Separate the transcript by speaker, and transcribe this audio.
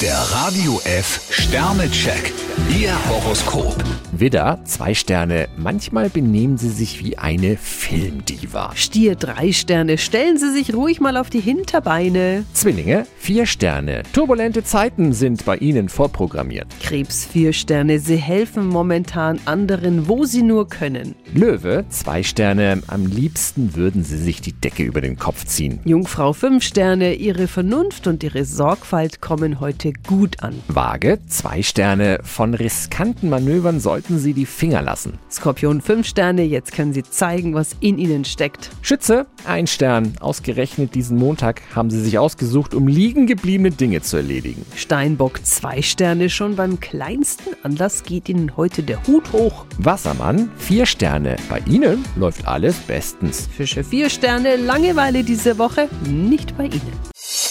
Speaker 1: Der Radio F Sternecheck. Ihr Horoskop.
Speaker 2: Widder, zwei Sterne. Manchmal benehmen sie sich wie eine Filmdiva.
Speaker 3: Stier drei Sterne, stellen Sie sich ruhig mal auf die Hinterbeine.
Speaker 2: Zwillinge, vier Sterne. Turbulente Zeiten sind bei ihnen vorprogrammiert.
Speaker 3: Krebs vier Sterne, Sie helfen momentan anderen, wo Sie nur können.
Speaker 2: Löwe, zwei Sterne. Am liebsten würden sie sich die Decke über den Kopf ziehen.
Speaker 3: Jungfrau fünf Sterne, Ihre Vernunft und Ihre Sorgfalt kommen heute gut an.
Speaker 2: Waage, zwei Sterne. Von riskanten Manövern sollten sie die Finger lassen.
Speaker 3: Skorpion fünf Sterne, jetzt können Sie zeigen, was in Ihnen steckt.
Speaker 2: Schütze, ein Stern. Ausgerechnet diesen Montag haben sie sich ausgesucht, um liegen gebliebene Dinge zu erledigen.
Speaker 3: Steinbock zwei Sterne, schon beim kleinsten Anlass geht Ihnen heute der Hut hoch.
Speaker 2: Wassermann, vier Sterne. Bei ihnen läuft alles bestens.
Speaker 3: Fische vier Sterne, Langeweile diese Woche nicht bei Ihnen.